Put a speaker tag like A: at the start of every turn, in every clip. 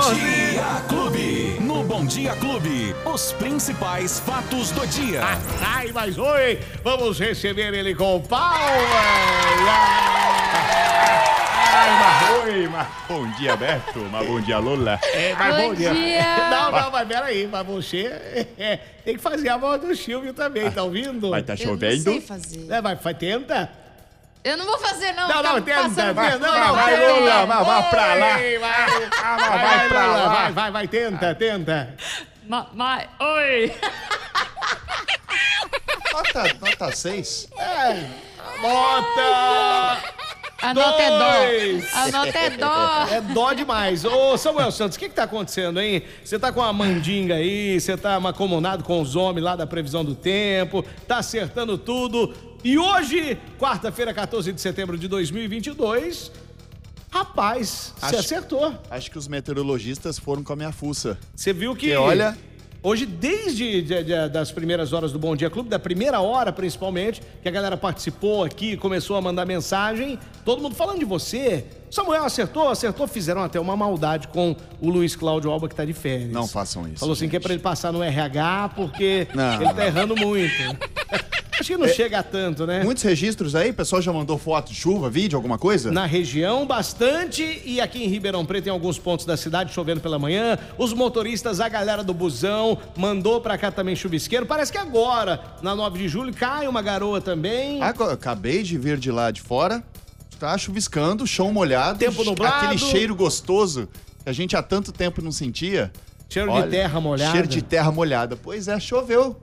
A: Bom
B: hoje.
A: Dia Clube. No Bom Dia Clube, os principais fatos do dia.
B: Ai, mas oi, vamos receber ele com palmas. Ai, mas oi, mas...
C: Bom dia, Beto. Mas bom dia, Lola.
B: É,
D: Ah,
B: mas
E: Bom dia.
B: Não, não, mas peraí, mas você é, tem que fazer a voz do Silvio também, tá ouvindo?
C: Mas tá
E: Eu não
C: chovendo?
E: sei fazer.
B: É, mas fa- tenta.
E: Eu não vou fazer, não.
B: Não,
E: tá
B: não, tenta.
E: passando
B: vai,
E: tempo,
B: não, não,
C: vai,
B: tenta.
C: Lola, vai, vai pra lá.
B: Oi, Vai, vai, vai, pra lá. Vai, vai, vai, tenta, tenta.
E: Ma- ma- oi.
D: Nota, nota 6.
B: Bota!
E: A nota é
B: Dois.
E: dó. A nota é dó.
B: É dó demais. Ô, Samuel Santos, o que que tá acontecendo, hein? Você tá com uma mandinga aí, você tá macomunado com os homens lá da previsão do tempo, tá acertando tudo. E hoje, quarta-feira, 14 de setembro de 2022, rapaz, você
D: Acho-
B: acertou.
D: Acho que os meteorologistas foram com a minha fuça.
B: Você viu que.
D: Que olha-
B: Hoje, desde de- de- das primeiras horas do Bom Dia Clube, da primeira hora principalmente, que a galera participou aqui, começou a mandar mensagem, todo mundo falando de você. Samuel acertou, acertou, fizeram até uma maldade com o Luiz Cláudio Alba que tá de férias.
D: Não façam isso,
B: Falou assim que é pra ele passar no RH, porque
D: Não,
B: ele tá
D: não. É.
B: errando muito. Acho que não chega a tanto, né?
D: Muitos registros aí, o pessoal já mandou foto de chuva, vídeo, alguma coisa?
B: Na região, bastante. E aqui em Ribeirão Preto, em alguns pontos da cidade, chovendo pela manhã. Os motoristas, a galera do busão, mandou pra cá também chuvisqueiro. Parece que agora, na 9 de julho, cai uma garoa também.
D: Aco- Acabei de vir de lá de fora, tá chuviscando, chão molhado.
B: Tempo nublado.
D: Aquele cheiro gostoso que a gente há tanto tempo não sentia.
B: Cheiro de terra molhada.
D: Cheiro de terra molhada. Pois é, choveu.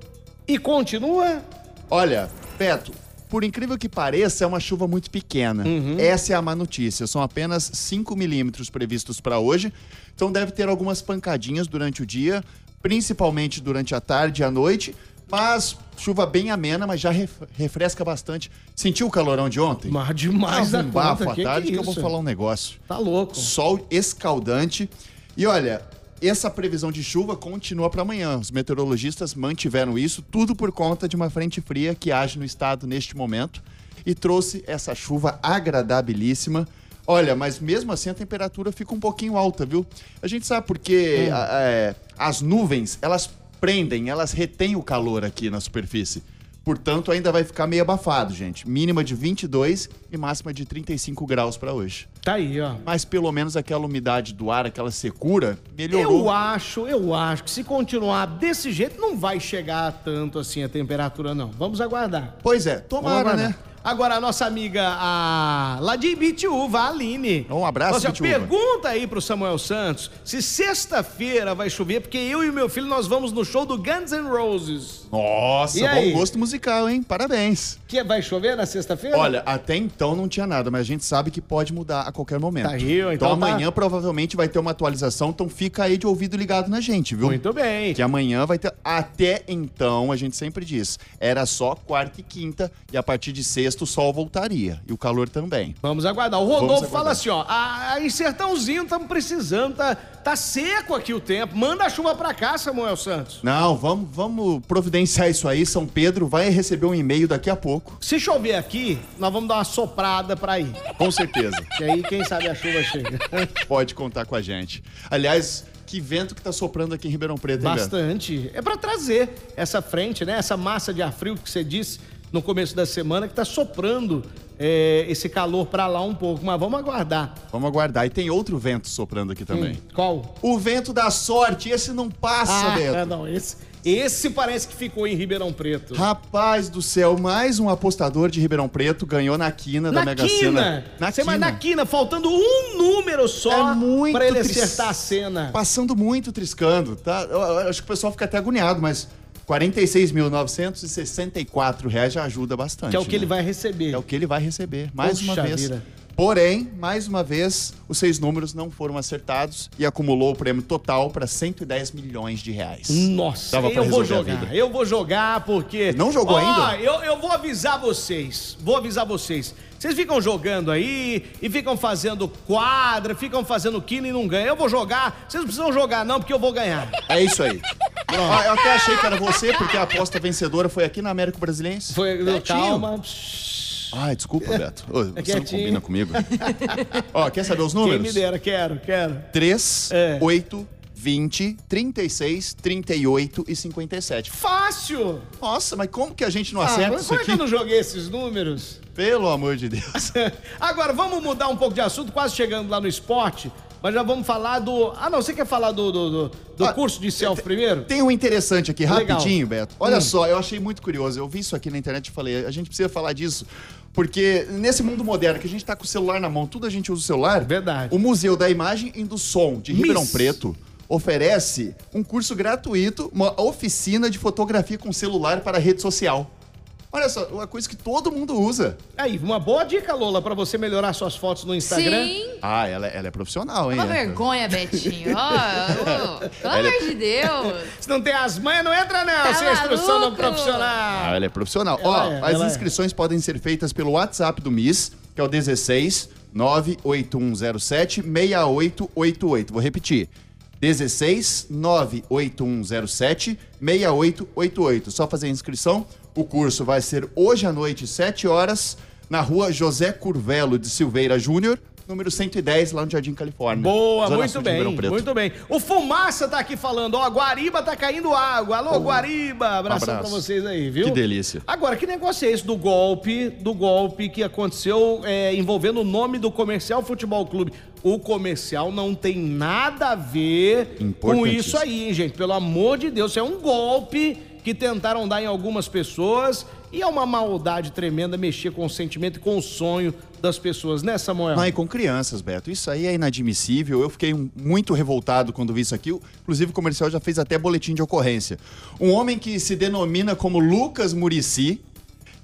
B: E continua.
D: Olha, Beto, por incrível que pareça, é uma chuva muito pequena. Essa é a má notícia. São apenas 5 milímetros previstos para hoje. Então deve ter algumas pancadinhas durante o dia, principalmente durante a tarde e a noite. Mas chuva bem amena, mas já ref- refresca bastante. Sentiu o calorão de ontem?
B: Mas demais
D: Tava
B: da
D: um bafo
B: conta,
D: à
B: que que
D: tarde que, eu
B: isso?
D: vou falar um negócio.
B: Tá louco.
D: Sol escaldante. E olha, essa previsão de chuva continua para amanhã. Os meteorologistas mantiveram isso, tudo por conta de uma frente fria que age no estado neste momento e trouxe essa chuva agradabilíssima. Olha, mas mesmo assim a temperatura fica um pouquinho alta, viu? A gente sabe porque a- é, as nuvens, elas prendem, elas retêm o calor aqui na superfície. Portanto, ainda vai ficar meio abafado, gente. Mínima de 22 e máxima de 35 graus para hoje
B: Tá aí, ó.
D: mas pelo menos aquela umidade do ar, aquela secura, melhorou.
B: Eu acho, eu acho que se continuar desse jeito, não vai chegar tanto assim a temperatura, não. Vamos aguardar.
D: Pois é,
B: Vamos
D: tomara,
B: aguardar.
D: né?
B: Agora a nossa amiga a lá de Bitiúva, a Aline.
D: Um abraço,
B: Nossa,
D: Bitiúva.
B: pergunta aí pro Samuel Santos se sexta-feira vai chover, porque eu e meu filho nós vamos no show do Guns N' Roses.
D: Nossa,
B: E
D: bom
B: aí?
D: gosto musical, hein? Parabéns.
B: Que vai chover na sexta-feira?
D: Olha, até então não tinha nada, mas a gente sabe que pode mudar a qualquer momento.
B: Tá aí, ó, então tá-
D: amanhã provavelmente vai ter uma atualização, então fica aí de ouvido ligado na gente, viu?
B: Muito bem.
D: Que amanhã vai ter. Até então, a gente sempre diz, era só quarta e quinta, e a partir de sexta o sol voltaria. E o calor também.
B: Vamos aguardar. O Rodolfo
D: aguardar.
B: fala assim, ó, a, a em Sertãozinho estamos precisando, tá, tá seco aqui o tempo. Manda a chuva pra cá, Samuel Santos.
D: Não, vamos, vamos providenciar isso aí. São Pedro vai receber um e-mail daqui a pouco.
B: Se chover aqui, nós vamos dar uma soprada pra ir.
D: Com certeza.
B: Que aí, quem sabe a chuva chega.
D: Pode contar com a gente. Aliás, que vento que tá soprando aqui em Ribeirão Preto, hein, Beto?
B: Bastante. É pra trazer essa frente, né? Essa massa de ar frio que você disse no começo da semana que tá soprando é, esse calor pra lá um pouco, mas vamos aguardar. Hum,
D: Vamos aguardar. E tem outro vento soprando aqui também.
B: Qual?
D: O vento da sorte, esse não passa,
B: Ah,
D: Beto.
B: é, não, esse, esse parece que ficou em Ribeirão Preto.
D: Rapaz do céu, mais um apostador de Ribeirão Preto ganhou na quina da Mega Sena.
B: Na Você vai na quina, faltando um número só
D: É muito
B: pra ele
D: tris-
B: acertar a cena.
D: Passando muito triscando, tá? Eu- eu acho que o pessoal fica até agoniado, mas R$ 46.964 reais já ajuda bastante.
B: Que é o que
D: né?
B: ele vai receber.
D: É o que ele vai receber, mais
B: Poxa
D: uma vez.
B: vida.
D: Porém, mais uma vez, os seis números não foram acertados e acumulou o prêmio total para 110 milhões de reais.
B: Hum. Nossa,
D: Dava pra
B: eu vou
D: resolver a
B: jogar.
D: vida.
B: Eu vou jogar porque.
D: Não
B: Ó,
D: jogou ainda?
B: Eu, eu vou avisar vocês. Vou avisar vocês. Vocês ficam jogando aí e ficam fazendo quadra, ficam fazendo quilo e não ganham. Eu vou jogar. Vocês não precisam jogar, não, porque eu vou ganhar.
D: É isso aí. Ah, eu até achei que era você, porque a aposta vencedora foi aqui na América Brasiliense.
B: Foi.
D: Pertinho.
B: Calma. Psh,
D: Ai, desculpa, Beto. Ô, você não
B: quietinho.
D: combina comigo. Ó, quer saber os
B: Quem
D: números?
B: me dera, quero, quero.
D: 3,
B: É.
D: 8, 20, 36, 38 e 57.
B: Fácil!
D: Nossa, mas como que a gente não
B: Ah, mas
D: acerta Tá isso
B: como é que
D: aqui?
B: eu não joguei esses números?
D: Pelo amor de Deus.
B: Agora, vamos mudar um pouco de assunto, quase chegando lá no esporte, mas já vamos falar do. Ah, não, você quer falar do, do, do- do
D: Ah,
B: curso de self primeiro?
D: Tem um interessante aqui,
B: Legal. Hum.
D: rapidinho, Beto. Olha só, eu achei muito curioso. Eu vi isso aqui na internet e falei, a gente precisa falar disso. Porque nesse mundo moderno, que a gente tá com o celular na mão, tudo a gente usa o celular.
B: Verdade.
D: O Museu da Imagem e do Som de Ribeirão
B: Miss.
D: Preto oferece um curso gratuito, uma oficina de fotografia com celular para rede social. Olha só, uma coisa que todo mundo usa.
B: Aí, uma boa dica, Lola, pra você melhorar suas fotos no Instagram.
E: Sim.
D: Ah, ela, ela é profissional, hein?
E: Uma
D: É.
E: vergonha, Betinho. Ó, ô, pelo amor de Deus.
B: Se não tem as manhas, não entra, não.
E: Tá
B: Se é instrução não
E: maluco?
B: profissional.
D: Ah, ela é profissional.
B: Ela
D: Ó,
B: é,
D: as
B: ela é.
D: inscrições podem ser feitas pelo WhatsApp do MIS, que é o 16 98107 6888. Vou repetir. 16 98107 6888. Só fazer a inscrição. O curso vai ser hoje à noite, 7 horas, na rua José Curvelo de Silveira Júnior, número 110, lá no Jardim Califórnia.
B: Boa,
D: Zona
B: muito
D: Sul de
B: bem,
D: Ribeirão Preto.
B: muito bem. O Fumaça tá aqui falando, ó, Guariba tá caindo água. Alô, Guariba, abração
D: abraço.
B: pra vocês aí, viu?
D: Que delícia.
B: Agora, que negócio é esse do golpe, do golpe que aconteceu é, envolvendo o nome do Comercial Futebol Clube? O comercial não tem nada a ver com
D: Importantíssimo.
B: isso aí, hein, gente? Pelo amor de Deus, isso é um golpe que tentaram dar em algumas pessoas e é uma maldade tremenda mexer com o sentimento e com o sonho das pessoas, né, Samuel?
D: Não, e com crianças, Beto. Isso aí é inadmissível. Eu fiquei um- muito revoltado quando vi isso aqui. Inclusive, o comercial já fez até boletim de ocorrência. Um homem que se denomina como Lucas Murici,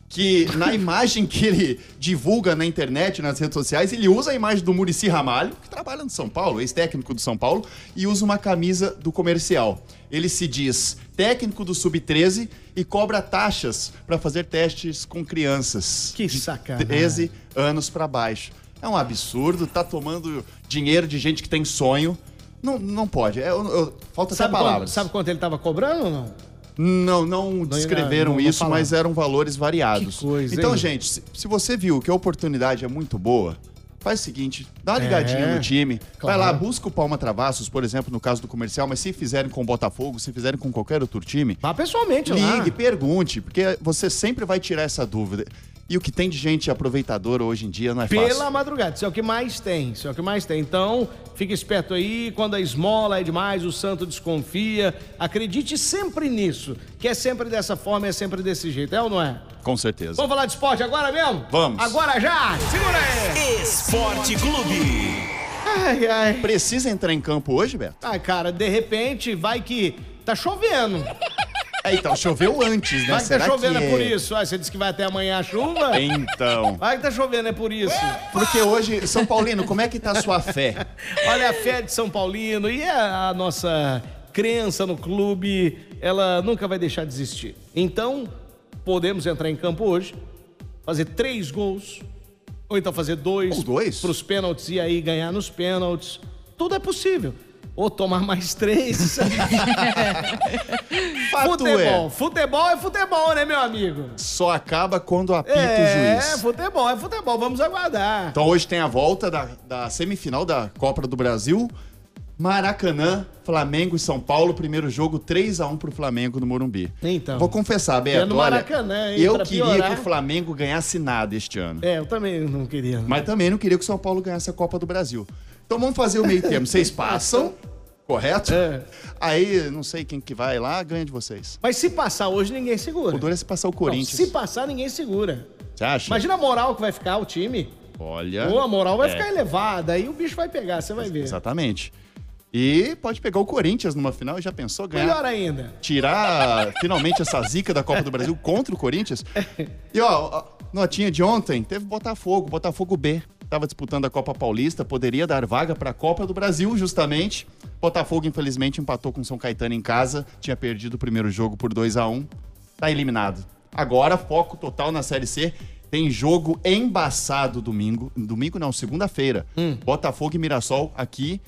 D: que na imagem que ele divulga na internet, nas redes sociais, ele usa a imagem do Murici Ramalho, que trabalha no São Paulo, ex-técnico do São Paulo, e usa uma camisa do comercial. Ele se diz técnico do Sub-13 e cobra taxas para fazer testes com crianças.
B: Que
D: De
B: sacanagem.
D: 13 anos pra baixo. É um absurdo, tá tomando dinheiro de gente que tem sonho. Não, não pode. É, eu- eu- falta até
B: Sabe quanto,
D: palavras.
B: sabe quanto ele tava cobrando ou não?
D: Não, não descreveram
B: não- não
D: isso,
B: falaram.
D: mas eram valores variados.
B: Que coisa,
D: então,
B: hein?
D: gente, se, se você viu que a oportunidade é muito boa, faz o seguinte, dá uma ligadinha
B: É,
D: no time,
B: claro.
D: vai lá, busca o Palma Travassos, por exemplo, no caso do comercial, mas se fizerem com o Botafogo, se fizerem com qualquer outro time,
B: Vá pessoalmente lá.
D: Ligue, pergunte, porque você sempre vai tirar essa dúvida. E o que tem de gente aproveitadora hoje em dia não é fácil.
B: Pela madrugada, isso é o que mais tem, isso é o que mais tem. Então, fique esperto aí, quando a esmola é demais, o santo desconfia. Acredite sempre nisso, que é sempre dessa forma, é sempre desse jeito, é ou não é?
D: Com certeza.
B: Vamos falar de esporte agora mesmo?
D: Vamos.
B: Agora já! Segura aí!
A: Esporte Clube.
B: Ai, ai.
D: Precisa entrar em campo hoje, Beto?
B: Ai, cara, de repente vai que tá chovendo.
D: É, então, choveu antes, né?
B: Vai que tá chovendo,
D: que
B: é por isso. Ah, você disse que vai até amanhã a chuva?
D: Então.
B: Vai que tá chovendo, é por isso.
D: Porque hoje, São Paulino, como é que tá a sua fé?
B: Olha, a fé de São Paulino e a, a nossa crença no clube, ela nunca vai deixar de existir. Então, podemos entrar em campo hoje, fazer três gols, ou então fazer dois,
D: Ou dois?
B: para os pênaltis e aí ganhar nos pênaltis. Tudo é possível. Ou tomar mais três.
D: Fato
B: futebol.
D: é,
B: Futebol é futebol, né, meu amigo?
D: só acaba quando apita
B: É,
D: o juiz.
B: futebol é futebol. Vamos aguardar.
D: Então hoje tem a volta da, da semifinal da Copa do Brasil. Maracanã, Flamengo e São Paulo, primeiro jogo 3x1 pro Flamengo no Morumbi.
B: Então.
D: Vou confessar,
B: É
D: Beto,
B: no
D: olha,
B: Maracanã, hein,
D: eu
B: pra
D: queria
B: piorar.
D: que o Flamengo ganhasse nada este ano.
B: É, eu também não queria. não.
D: Mas também não queria que o São Paulo ganhasse a Copa do Brasil. Então vamos fazer o meio termo. Vocês passam, correto?
B: É.
D: Aí, não sei quem que vai lá, ganha de vocês.
B: Mas se passar hoje, ninguém segura.
D: O duro é se passar o
B: Não,
D: Corinthians.
B: Então, se passar, ninguém segura.
D: Você acha?
B: Imagina a moral que vai ficar o time.
D: Olha.
B: Ou a moral vai
D: É,
B: ficar elevada, aí o bicho vai pegar, você vai ver.
D: Exatamente. E pode pegar o Corinthians numa final, já pensou ganhar?
B: Melhor ainda.
D: tirar finalmente essa zica da Copa do Brasil contra o Corinthians. E ó, a notinha de ontem teve Botafogo, Botafogo B. Tava disputando a Copa Paulista, poderia dar vaga para a Copa do Brasil, justamente. Botafogo, infelizmente, empatou com São Caetano em casa, tinha perdido o primeiro jogo por 2 a 1 Tá eliminado. Agora, foco total na Série C. Tem jogo embaçado domingo. Domingo não, segunda-feira. Botafogo e Mirassol aqui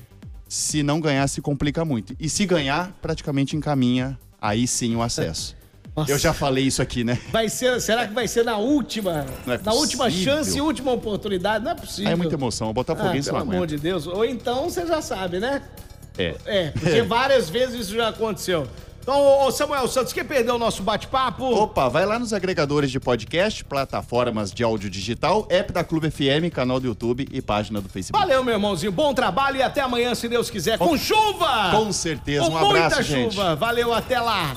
D: se não ganhar, se complica muito. E se ganhar, praticamente encaminha aí sim o acesso.
B: Nossa.
D: Eu já falei isso aqui, né?
B: Vai ser, será que vai ser na última?
D: Não é
B: na última
D: possível.
B: chance e última oportunidade? Não é possível.
D: Aí é muita emoção. O
B: Ah,
D: Botafoguense
B: pelo
D: não
B: amor
D: aguenta.
B: de Deus. Ou então você já sabe, né?
D: É.
B: É, porque várias vezes isso já aconteceu. Então, ô, ô, Samuel Santos, quer perder o nosso bate-papo?
D: Opa, vai lá nos agregadores de podcast, plataformas de áudio digital, app da Clube FM, canal do YouTube e página do Facebook.
B: Valeu, meu irmãozinho. Bom trabalho e até amanhã, se Deus quiser. Com chuva!
D: Com certeza.
B: Com
D: Um abraço,
B: muita
D: gente.
B: chuva. Valeu, até lá.